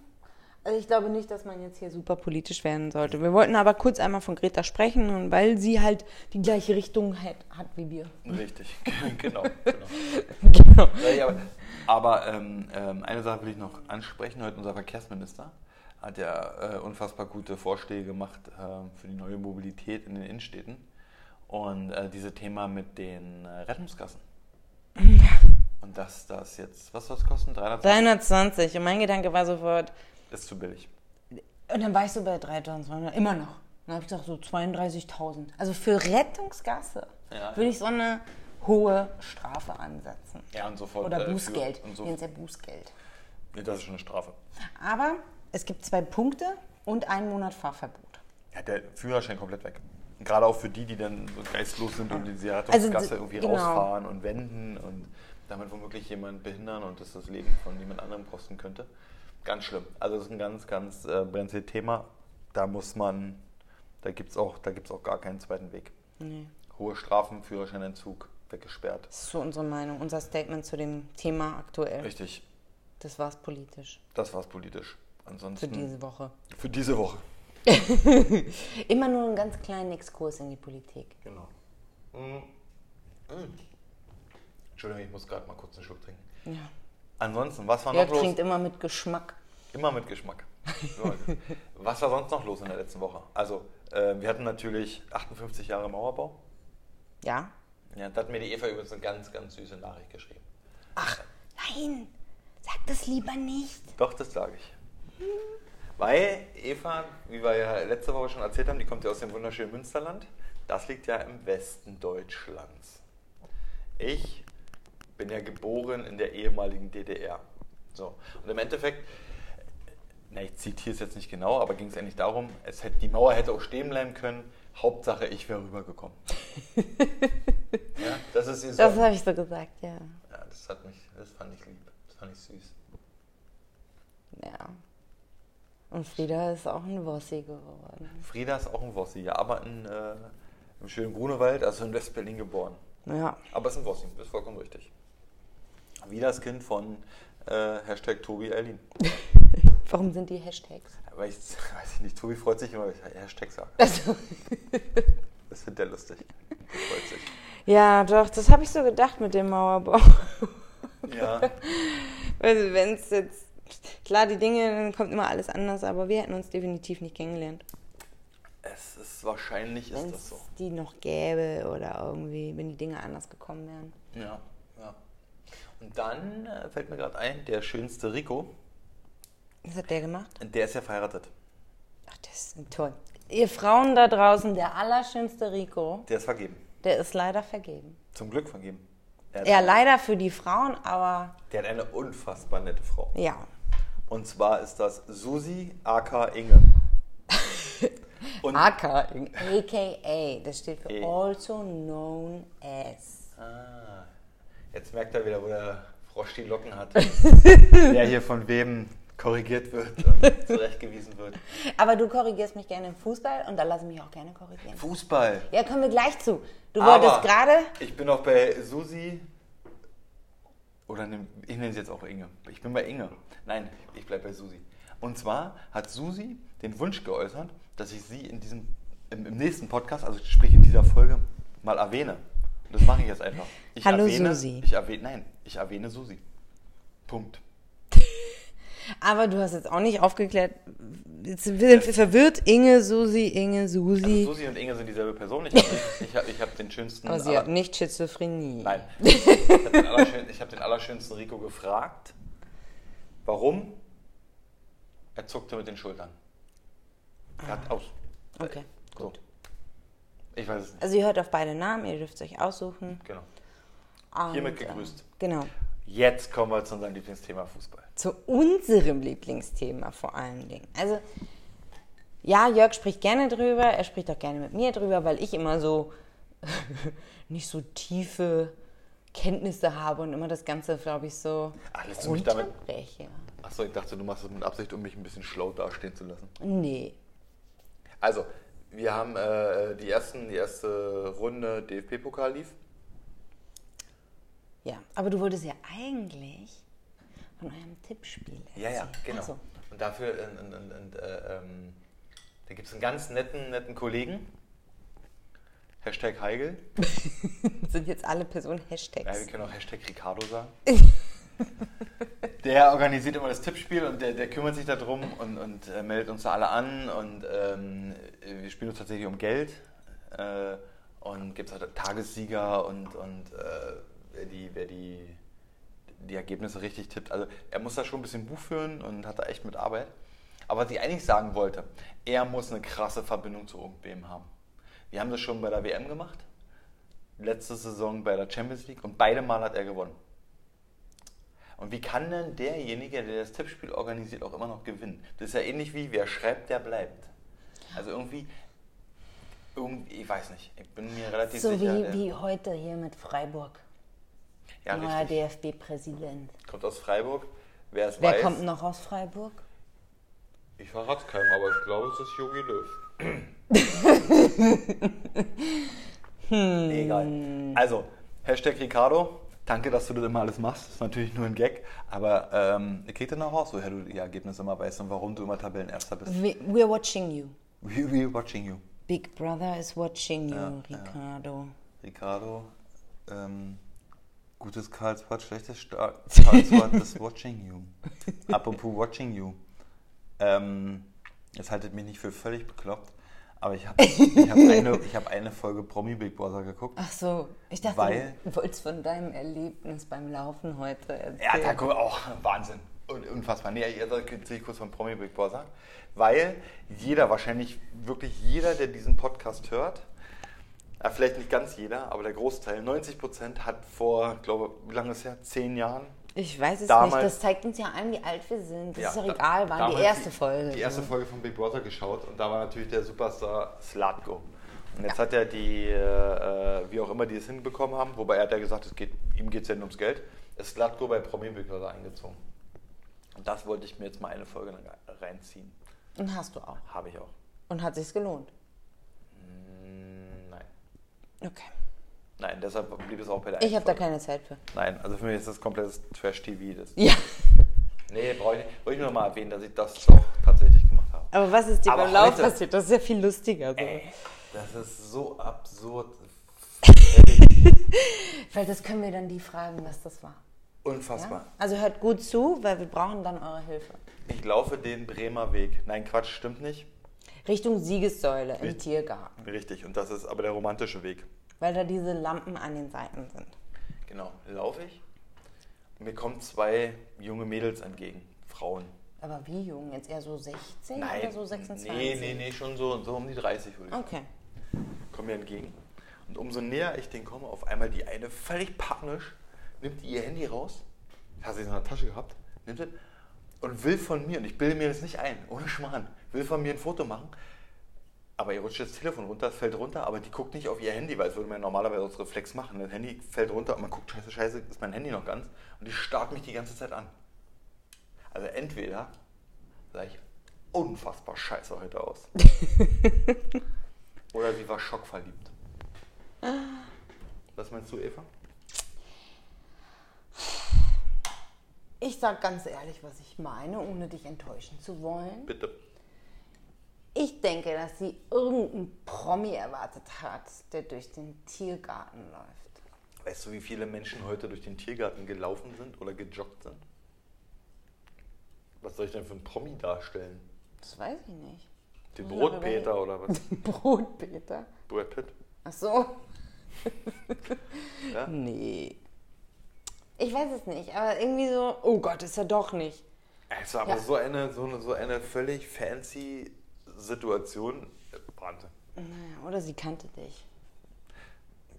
Also ich glaube nicht, dass man jetzt hier super politisch werden sollte. Wir wollten aber kurz einmal von Greta sprechen, und weil sie halt die gleiche Richtung hat, hat wie wir. Richtig, [LAUGHS] genau. genau. Genau. Ja, ja, aber aber ähm, ähm, eine Sache will ich noch ansprechen. Heute unser Verkehrsminister hat ja äh, unfassbar gute Vorschläge gemacht ähm, für die neue Mobilität in den Innenstädten. Und äh, dieses Thema mit den äh, Rettungsgassen. Und dass das jetzt, was soll es kosten? 320 320 und mein Gedanke war sofort, ist zu billig. und dann war ich so bei 3200, immer noch. Dann habe ich gesagt, so 32.000. Also für Rettungsgasse Ja, würde ich so eine hohe Strafe ansetzen. Ja, und sofort. Oder äh, für- Bußgeld. Und Nennt's so, ja Bußgeld. nee, das ist schon eine Strafe. Aber es gibt zwei Punkte und einen Monat Fahrverbot. Ja, der Führerschein komplett weg. Gerade auch für die, die dann so geistlos sind und in die Also, Rettungsgasse d- irgendwie genau. rausfahren und wenden und damit womöglich jemand behindern und das das Leben von jemand anderem kosten könnte. Ganz schlimm. Also das ist ein ganz, ganz äh, brenzliges Thema. Da muss man, da gibt es auch, da gibt's auch gar keinen zweiten Weg. Hohe Strafen, Führerscheinentzug, weggesperrt. Das ist so unsere Meinung, unser Statement zu dem Thema aktuell. Richtig, Das war's politisch das war's politisch. für Ansonsten diese Woche. für diese Woche. Immer nur einen ganz kleinen Exkurs in die Politik. Genau. Entschuldigung, ich muss gerade mal kurz einen Schluck trinken. Ja. Ansonsten, was war noch Jörg los? trinkt immer mit Geschmack. Immer mit Geschmack. Immer mit Geschmack. was war sonst noch los in der letzten Woche? Also, äh, wir hatten natürlich 58 Jahre Mauerbau. Ja? Ja, da hat mir die Eva übrigens eine ganz, ganz süße Nachricht geschrieben. Nein, sag das lieber nicht. Doch, das sage ich. Weil Eva, wie wir ja letzte Woche schon erzählt haben, die kommt ja aus dem wunderschönen Münsterland. Das liegt ja im Westen Deutschlands. Ich bin ja geboren in der ehemaligen DDR. So. Und im Endeffekt, na, ich zitiere es jetzt nicht genau, aber ging es eigentlich darum, es hätte, die Mauer hätte auch stehen bleiben können. Hauptsache, ich wäre rübergekommen. ja, das ist ihr Das Song. habe ich so gesagt, ja. ja, das hat mich, das fand ich lieb. Das fand ich süß. Ja. Und Frieda ist auch ein Wossi geworden. Frieda ist auch ein Wossi, ja, aber in, äh, im schönen Grunewald, also in West-Berlin geboren. Ja. Aber ist ein Wossi, ist vollkommen richtig. Wie das Kind von äh, Hashtag Tobi Erlin. Warum sind die Hashtags? Aber ich weiß [LAUGHS] ich nicht, Tobi freut sich immer, wenn ich Hashtag sage. [LAUGHS] Also, Das findet er lustig. Der freut sich. ja, doch, das habe ich so gedacht mit dem Mauerbau. [LAUGHS] Ja, Also, wenn es jetzt. Klar, die Dinge, dann kommt immer alles anders, aber wir hätten uns definitiv nicht kennengelernt. es ist wahrscheinlich ist Wenn das es so. die noch gäbe oder irgendwie, wenn die Dinge anders gekommen wären. Ja, ja. Und dann äh, fällt mir gerade ein, der schönste Rico, Was hat der gemacht? der ist ja verheiratet. Ach, das ist toll. Ihr Frauen da draußen, der allerschönste Rico, Der ist vergeben. der ist leider vergeben. Zum Glück vergeben. Er hat, Ja, leider für die Frauen, aber Der hat eine unfassbar nette Frau. ja. Und zwar ist das Susi AK Inge. Und AKA. AKA, das steht für Eh. also known as. ah, jetzt merkt er wieder, wo der Frosch die Locken [LAUGHS] hat. Wer hier von wem korrigiert wird und zurechtgewiesen wird. Aber du korrigierst mich gerne im Fußball und da lasse ich mich auch gerne korrigieren. Fußball. Ja, kommen wir gleich zu. Du Aber wolltest gerade. Ich bin noch bei Susi. Oder nimm- ich nenne sie jetzt auch Inge. Ich bin bei Inge. Nein, ich bleibe bei Susi. Und zwar hat Susi den Wunsch geäußert, dass ich sie in diesem, im, im nächsten Podcast, also sprich in dieser Folge, mal erwähne. Und das mache ich jetzt einfach. Ich Hallo, erwähne, Susi. Ich erwähne, nein, ich erwähne Susi. Punkt. Aber du hast jetzt auch nicht aufgeklärt. Jetzt wird verwirrt Inge, Susi, Inge, Susi. Also Susi und Inge sind dieselbe Person. Ich habe ich hab, ich hab den schönsten. aber sie aller- hat nicht Schizophrenie. [LAUGHS] Nein. Ich habe den, allerschön, ich hab den allerschönsten Rico gefragt, warum er zuckte mit den Schultern. Er hat aus. Okay. Äh, So. Ich weiß es nicht. Also ihr hört auf beide Namen, ihr dürft es euch aussuchen. Genau. Und, Hiermit gegrüßt. äh, Genau. Jetzt kommen wir zu unserem Lieblingsthema Fußball. Zu unserem Lieblingsthema vor allen Dingen. Also, ja, Jörg spricht gerne drüber, er spricht auch gerne mit mir drüber, weil ich immer so [LAUGHS] nicht so tiefe Kenntnisse habe und immer das Ganze, glaube ich, so Ach, lässt du mich damit- runterbreche. Achso, ich dachte, du machst es mit Absicht, um mich ein bisschen schlau dastehen zu lassen. Nee. Also, wir haben äh, die, ersten, die erste Runde DFB-Pokal lief. Ja, aber du wolltest ja eigentlich von eurem Tippspiel erzählen. Ja, ja, genau. Ach so. [LAUGHS] Und dafür, äh, und, und, und, äh, ähm, da gibt es einen ganz netten, netten Kollegen. Hashtag Heigel. Sind jetzt alle Personen Ja, wir Hashtags. können auch Hashtag Ricardo sagen. der organisiert immer das Tippspiel und der, der kümmert sich darum und, und äh, meldet uns da alle an. Und ähm, wir spielen uns tatsächlich um Geld. Äh, und gibt es halt Tagessieger und, und äh, wer, die, wer die, die Ergebnisse richtig tippt. Also er muss da schon ein bisschen Buch führen und hat da echt mit Arbeit. Aber was ich eigentlich sagen wollte, er muss eine krasse Verbindung zu irgendwem haben. Wir haben das schon bei der WM gemacht letzte Saison bei der Champions League und beide Mal hat er gewonnen. Und wie kann denn derjenige, der das Tippspiel organisiert, auch immer noch gewinnen? Das ist ja ähnlich wie wer schreibt, der bleibt. Also irgendwie, irgendwie ich weiß nicht, ich bin mir relativ [LAUGHS] So sicher. wie, der- wie heute hier mit Freiburg. ja, Neuer richtig. DFB-Präsident. Kommt aus Freiburg. Wer es Wer weiß, kommt noch aus Freiburg? ich verrate es keinem, aber ich glaube, es ist Jogi Löw. Nee, Egal. Also, Hashtag Ricardo, danke, dass du das immer alles machst. Ist natürlich nur ein Gag, aber ähm, ich krieg dann auch raus, woher du die Ergebnisse immer weißt und warum du immer Tabellenerster bist. We, we're watching you. We, we're watching you. Big Brother is watching you, Ja, ja. Ricardo. Ricardo, ähm, gutes Karlsbad, schlechtes Sta- Karlsbad ist watching you. Apropos watching you. Ähm, jetzt haltet mich nicht für völlig bekloppt, aber ich habe ich hab eine, ich hab eine Folge Promi Big Brother geguckt. Ach so, ich dachte, Weil- du wolltest von deinem Erlebnis beim Laufen heute Ja, da erzählen. kommt auch Wahnsinn. Und unfassbar. Nee, also, ihr seid ziemlich kurz vom Promi Big Brother. Weil jeder, wahrscheinlich wirklich jeder, der diesen Podcast hört, ja, vielleicht nicht ganz jeder, aber der Großteil, 90 Prozent, hat vor, glaube wie lange ist es her? Zehn Jahren. ich weiß es nicht, damals- das zeigt uns ja an, wie alt wir sind. Das ist ja, doch da- egal, war die damals erste Folge. Die erste Folge von Big Brother geschaut und da war natürlich der Superstar Slatko. Und jetzt hat er die, äh, äh, wie auch immer die es hinbekommen haben, wobei er hat ja gesagt, es geht, ihm geht es ja nur ums Geld, ist Slatko bei Promi Big Brother eingezogen. Und das wollte ich mir jetzt mal eine Folge lang reinziehen. Und hast du auch. Habe ich auch. Und hat sich's gelohnt. Mm, Nein. Okay. Nein, deshalb blieb es auch bei der Ich habe da Folge. keine Zeit für. Nein, also für mich ist das komplettes Trash-TV. Das- Ja. [LAUGHS] Nee, brauche ich nicht. Wollte ich nur noch mal erwähnen, dass ich das doch tatsächlich gemacht habe. Aber was ist dir Aber beim Lauf heute- Äh. passiert? Das ist ja viel lustiger. So. Ey, das ist so [LAUGHS] absurd. Völlig Weil das können wir dann die fragen, was das war. Unfassbar. Ja? Also hört gut zu, weil wir brauchen dann eure Hilfe. Ich laufe den Bremer Weg. Nein, Quatsch, stimmt nicht. Richtung Siegessäule im Richtig. Tiergarten, Richtig, und das ist aber der romantische Weg. weil da diese Lampen an den Seiten sind. Genau, laufe ich. Mir kommen zwei junge Mädels entgegen. Frauen. Aber wie jung? Jetzt eher so 16 oder Nein. so 26? Nee, nee, nee, schon so, so um die 30 würde ich sagen. Okay. Kommen mir entgegen. Und umso näher ich denen komme, auf einmal die eine völlig panisch, nimmt ihr Handy raus, hat sie in der Tasche gehabt, nimmt es und will von mir, und ich bilde mir das nicht ein, ohne Schmarrn, will von mir ein Foto machen. Aber ihr rutscht das Telefon runter, es fällt runter, aber die guckt nicht auf ihr Handy, weil es würde man ja normalerweise als Reflex machen. Das Handy fällt runter und man guckt, scheiße, scheiße, ist mein Handy noch ganz? Und die starrt mich die ganze Zeit an. Also entweder sah ich unfassbar scheiße heute aus. Oder sie war schockverliebt. Was meinst du, Eva? Ich sag ganz ehrlich, was ich meine, ohne dich enttäuschen zu wollen. Bitte. Ich denke, dass sie irgendeinen Promi erwartet hat, der durch den Tiergarten läuft. Weißt du, wie viele Menschen heute durch den Tiergarten gelaufen sind oder gejoggt sind? Was soll ich denn für einen Promi darstellen? Das weiß ich nicht. [LAUGHS] Den Muss man Brotpeter oder was? Brotpeter. Brad Pitt? Ach so. [LAUGHS] Ja? Nee. Ich weiß es nicht, aber irgendwie so, oh Gott, ist er doch nicht. Es war aber Ja. so, eine, so, eine, so eine völlig fancy Situation. Äh, Wahnsinn. Naja, Oder sie kannte dich.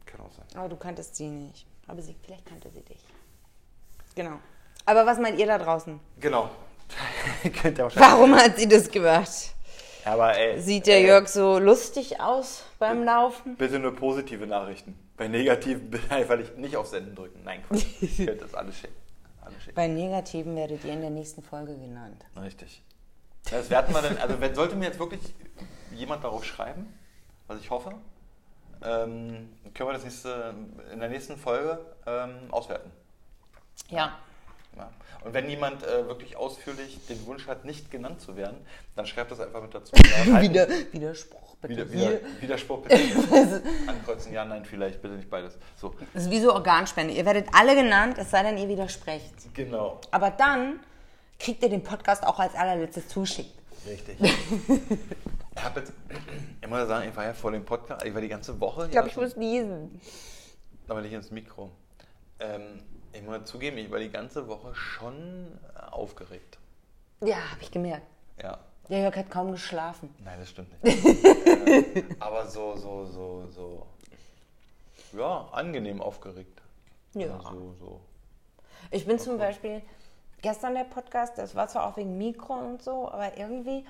Kann auch sein. Aber du kanntest sie nicht. Aber sie, vielleicht kannte sie dich. Genau. Aber was meint ihr da draußen? [LAUGHS] [LAUGHS] Genau. Könnt ihr wahrscheinlich. Warum hat sie das gemacht? Aber ey. Sieht der ey, Jörg so lustig aus beim Laufen? Bitte nur positive Nachrichten. Bei [LAUGHS] negativen bitte einfach nicht- nicht auf Senden drücken. Nein, Quatsch. Ihr könnt das alles schicken. Alles schicken. Bei Negativen werdet ihr in der nächsten Folge genannt. Richtig. Das werten wir dann. Also, wenn, sollte mir jetzt wirklich jemand darauf schreiben, was ich hoffe, ähm, können wir das nächste, in der nächsten Folge ähm, auswerten. Ja. Ja. Und wenn jemand äh, wirklich ausführlich den Wunsch hat, nicht genannt zu werden, dann schreibt das einfach mit dazu. [LAUGHS] Ja, halt, Wieder, Widerspruch, wieder, bitte. wieder, Widerspruch bitte. Ankreuzen, ja, nein, vielleicht, bitte nicht beides. So, [LAUGHS] Das ist wie so Organspende. Ihr werdet alle genannt, es sei denn, ihr widersprecht. genau. Aber dann kriegt ihr den Podcast auch als allerletztes zuschickt. Richtig. ich habe jetzt, ich muss ja sagen, ich war ja vor dem Podcast, ich war die ganze Woche. Ich glaube, ich muss niesen. Aber nicht ins Mikro. Ähm, ich muss zugeben, ich war die ganze Woche schon aufgeregt. Ja, habe ich gemerkt. Ja. Der Jörg hat kaum geschlafen. Nein, das stimmt nicht. äh, [LAUGHS] aber so, so, so, so. Ja, angenehm aufgeregt. Also Ja. So, so. Ich bin zum Beispiel gestern der Podcast, das war zwar auch wegen Mikro und so, aber irgendwie,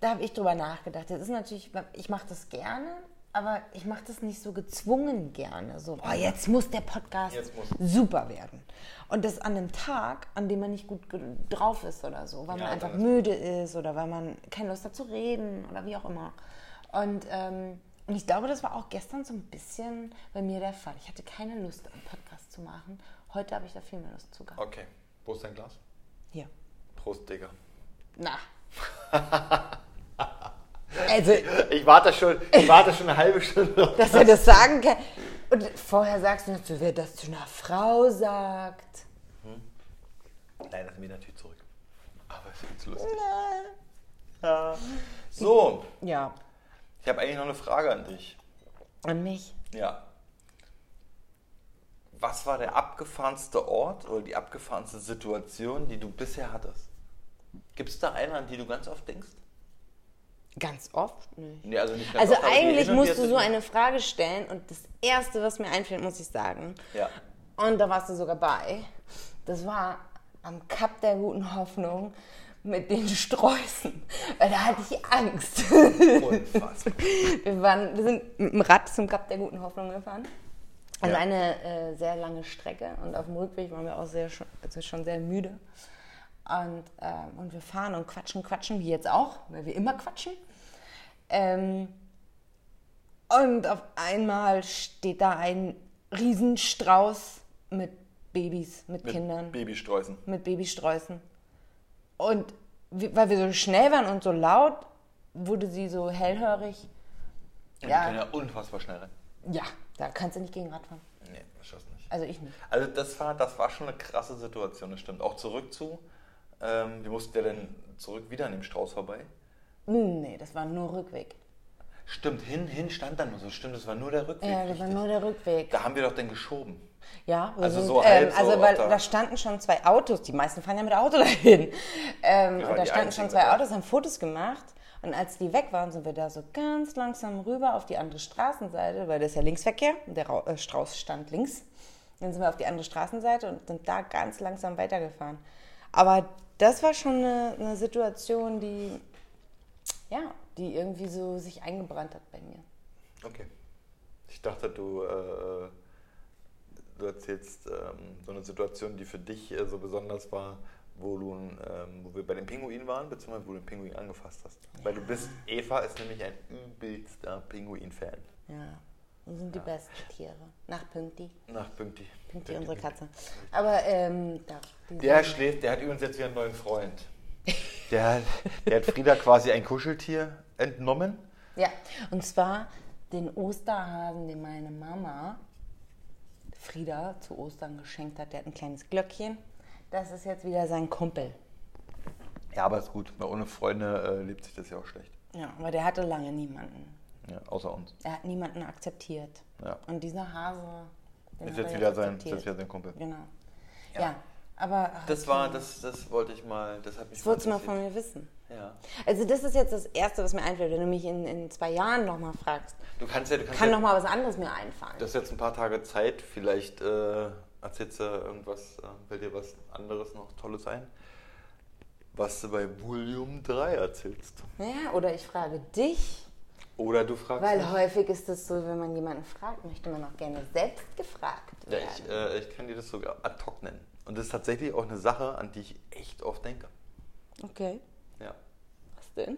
da habe ich drüber nachgedacht. Das ist natürlich, ich mache das gerne, aber ich mache das nicht so gezwungen gerne. So, oh, jetzt muss der Podcast Jetzt muss. super werden. Und das an einem Tag, an dem man nicht gut ge- drauf ist oder so, weil Ja, man dann einfach ist- müde ist oder weil man keine Lust hat zu reden oder wie auch immer. Und, ähm, und ich glaube, das war auch gestern so ein bisschen bei mir der Fall. Ich hatte keine Lust, einen Podcast zu machen. Heute habe ich da viel mehr Lust zu gehabt. Okay. Prost dein Glas. Hier. Prost, Digga. Na. [LAUGHS] also, Ich warte schon, ich warte schon eine halbe Stunde. dass er das sagen kann. Und vorher sagst du nicht so, wer das zu einer Frau sagt. Nein, das mir natürlich zurück. Aber es ist lustig. Ja. So, Ja, ich habe eigentlich noch eine Frage an dich. an mich. Ja. Was war der abgefahrenste Ort oder die abgefahrenste Situation, die du bisher hattest? Gibt es da eine, an die du ganz oft denkst? Ganz oft nicht. Nee, also nicht ganz Also oft, aber die eigentlich hin und musst wieder du so sind- eine Frage stellen und das Erste, was mir einfällt, muss ich sagen. Ja. Und da warst du sogar bei. Das war am Kap der guten Hoffnung mit den Sträußen. Weil da hatte ich Angst. [LAUGHS] Unfassbar. Wir, waren, wir sind mit dem Rad zum Kap der guten Hoffnung gefahren. Also Ja. eine äh, sehr lange Strecke und auf dem Rückweg waren wir auch sehr, schon- also schon sehr müde. Und, ähm, und wir fahren und quatschen, quatschen, wie jetzt auch, weil wir immer quatschen. Ähm, und auf einmal steht da ein Riesenstrauß mit Babys, mit, Mit Kindern, Babysträußen. mit Babysträußen. Und wir, weil wir so schnell waren und so laut, wurde sie so hellhörig. Und Ja. Die können ja unfassbar schnell rennen. Ja, da kannst du nicht gegen Radfahren. Nee, ich schaff's nicht. Also ich nicht. Also das war, das war schon eine krasse Situation, das stimmt. Auch zurück zu, ähm, wir mussten ja dann zurück wieder an dem Strauß vorbei. Nee, das war nur Rückweg. Stimmt, hin, hin stand dann nur so. Stimmt, das war nur der Rückweg. Ja, das war richtig. nur der Rückweg. da haben wir doch dann geschoben. Ja, wir Also sind, so halb so also weil auf der- da standen schon zwei Autos, die meisten fahren ja mit Auto [LAUGHS] dahin. Ähm, Ja, und da die standen schon einzigen zwei mit Autos, haben Fotos gemacht. Und als die weg waren, sind wir da so ganz langsam rüber auf die andere Straßenseite, weil das ist ja Linksverkehr und der Ra äh, Strauß stand links. Dann sind wir auf die andere Straßenseite und sind da ganz langsam weitergefahren. Aber das war schon eine, eine Situation, die, ja, die irgendwie so sich eingebrannt hat bei mir. Okay. Ich dachte, du, äh, du erzählst ähm, so eine Situation, die für dich äh, so besonders war, wo, du, ähm, wo wir bei den Pinguinen waren, beziehungsweise wo du den Pinguin angefasst hast. Weil du bist, Eva ist nämlich ein übelster Pinguin-Fan. Ja. Die sind die besten Tiere. Nach Pünkti. Nach Pünkti. Pünkti, unsere Katze. Aber, ähm, da. die Der sind- schläft, der hat übrigens jetzt wieder einen neuen Freund. Der, der hat Frieda quasi ein Kuscheltier entnommen. [LAUGHS] Ja, und zwar den Osterhasen, den meine Mama Frieda zu Ostern geschenkt hat. Der hat ein kleines Glöckchen. Das ist jetzt wieder sein Kumpel. Ja, aber ist gut, weil ohne Freunde äh, lebt sich das ja auch schlecht. Ja, aber der hatte lange niemanden. Ja, außer uns. Er hat niemanden akzeptiert. Ja. Und dieser Hase, den Ist hat jetzt er wieder sein, ist akzeptiert. jetzt wieder sein Kumpel. Genau. Ja, aber ach, Das war, das, das wollte ich mal, das hat mich das wolltest du mal von interessiert. mir wissen. Ja. Also das ist jetzt das Erste, was mir einfällt, wenn du mich in, in zwei Jahren nochmal fragst. Du kannst ja, du kannst Kann ja, nochmal was anderes mir einfallen. Du hast jetzt ein paar Tage Zeit, vielleicht äh, erzählst du irgendwas, äh, will dir was anderes noch Tolles ein, was du bei Volume 3 erzählst. Ja, oder ich frage dich, Oder du fragst weil mich. häufig ist es so, wenn man jemanden fragt, möchte man auch gerne selbst gefragt Ja, werden. ich, äh, ich kann dir das sogar ad hoc nennen. Und das ist tatsächlich auch eine Sache, an die ich echt oft denke. äh, Okay, Ja. was denn?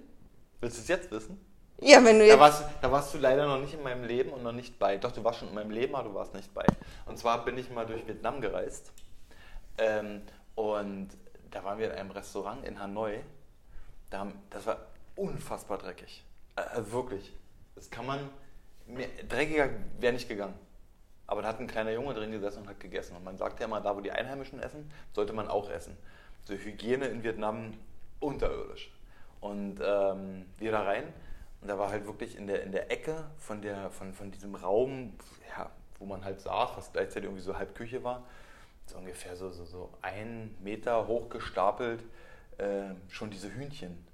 Willst du es jetzt wissen? Ja, wenn du Da jetzt... warst, da warst du leider noch nicht in meinem Leben und noch nicht bei. Doch, du warst schon in meinem Leben, aber du warst nicht bei. Und zwar bin ich mal durch Vietnam gereist. Ähm, und da waren wir in einem Restaurant in Hanoi. Da haben, das war unfassbar dreckig. Äh, Also wirklich. Das kann man. Mehr, dreckiger wäre nicht gegangen. Aber da hat ein kleiner Junge drin gesessen und hat gegessen. Und man sagt ja immer, da wo die Einheimischen essen, sollte man auch essen. So Hygiene in Vietnam unterirdisch. Und ähm, wir da rein. Und da war halt wirklich in der, in der Ecke von, der, von, von diesem Raum, ja, wo man halt saß, was gleichzeitig irgendwie so halb Küche war, so ungefähr so, so, so einen Meter hoch gestapelt, äh, schon diese Hühnchen.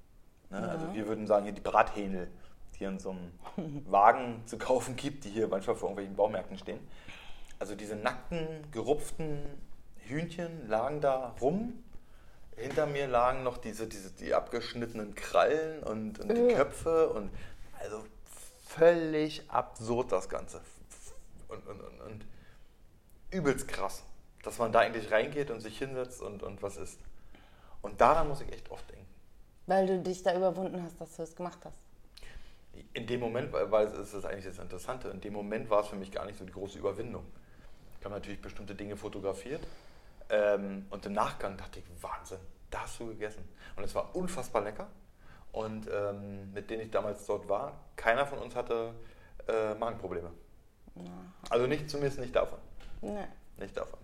Ne? Also wir würden sagen, hier die Brathähnel, die in so einem Wagen zu kaufen gibt, die hier manchmal vor irgendwelchen Baumärkten stehen. Also diese nackten, gerupften Hühnchen lagen da rum. Hinter mir lagen noch diese, diese die abgeschnittenen Krallen und, und die Köpfe und also völlig absurd das Ganze. Und, und, und, und übelst krass, dass man da eigentlich reingeht und sich hinsetzt und, und was isst. Und daran muss ich echt oft denken. Weil du dich da überwunden hast, dass du es gemacht hast. In dem Moment, weil weil es ist das eigentlich das Interessante, in dem Moment war es für mich gar nicht so die große Überwindung. Ich habe natürlich bestimmte Dinge fotografiert ähm, und im Nachgang dachte ich, Wahnsinn, da hast du gegessen. Und es war unfassbar lecker und ähm, mit denen ich damals dort war, keiner von uns hatte äh, Magenprobleme. Also nicht zumindest nicht davon. Ne. Nicht davon.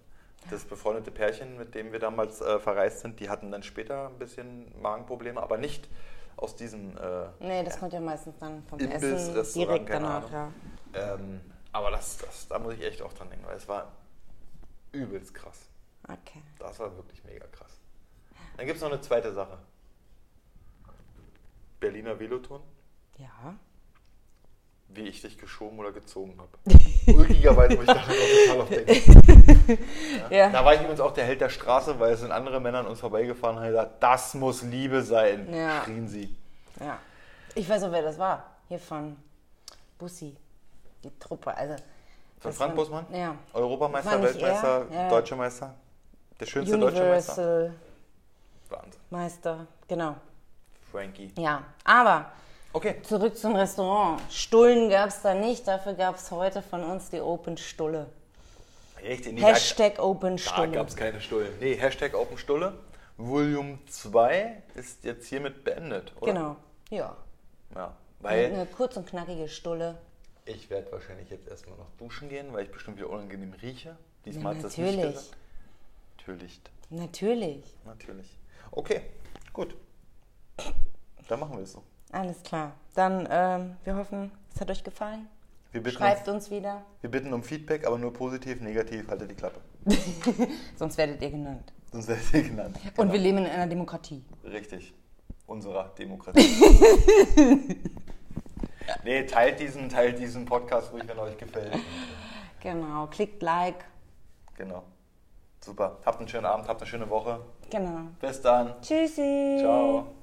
Das befreundete Pärchen, mit dem wir damals äh, verreist sind, die hatten dann später ein bisschen Magenprobleme, aber nicht aus diesem äh, Nee, ne, das kommt ja meistens dann vom Imbiss, Essen Restaurant, direkt keine danach. Ahnung. Ja. Ähm, aber das, das, da muss ich echt auch dran denken, weil es war übelst krass. Okay. Das war wirklich mega krass. Dann gibt es noch eine zweite Sache. Berliner Veloton, Ja. wie ich dich geschoben oder gezogen [LAUGHS] habe. Ulkigerweise muss ich daran auch total oft denken. Ja. Da war ich übrigens auch der Held der Straße, weil es sind andere Männer an uns vorbeigefahren und haben gesagt, das muss Liebe sein, Ja. schrien sie. Ja. Ich weiß auch, wer das war. Hier von Bussi. Die Truppe. Also, Von das Frank waren- Busmann? Ja. War Europameister, nicht Weltmeister, er? Ja. Deutscher Meister. Der schönste deutsche Meister. Universal Wahnsinn. Meister. Genau. Frankie. Ja. Aber Okay. Zurück zum Restaurant. Stullen gab es da nicht, dafür gab es heute von uns die Open Stulle. Echt in die Hashtag Open Da Stulle. gab es keine Stulle. Nee, Hashtag Open Stulle. Volume 2 ist jetzt hiermit beendet, oder? Genau, ja. Ja, weil Eine kurz und knackige Stulle. ich werde wahrscheinlich jetzt erstmal noch duschen gehen, weil ich bestimmt wieder unangenehm rieche. Diesmal hat das nicht natürlich. gesagt. Natürlich. Natürlich. Natürlich. Okay, gut. Dann machen wir es so. Alles klar. Dann, ähm, wir hoffen, es hat euch gefallen. Wir bitten, um, Schreibt uns wieder, wir bitten um Feedback, aber nur positiv, negativ, haltet die Klappe. sonst werdet ihr genannt. Sonst werdet ihr genannt. Und wir leben in einer Demokratie. Richtig. Unserer Demokratie. nee, teilt diesen, teilt diesen Podcast ruhig, wenn euch gefällt. Genau, klickt Like. Genau. Super. Habt einen schönen Abend, habt eine schöne Woche. Genau. Bis dann. Tschüssi. Ciao.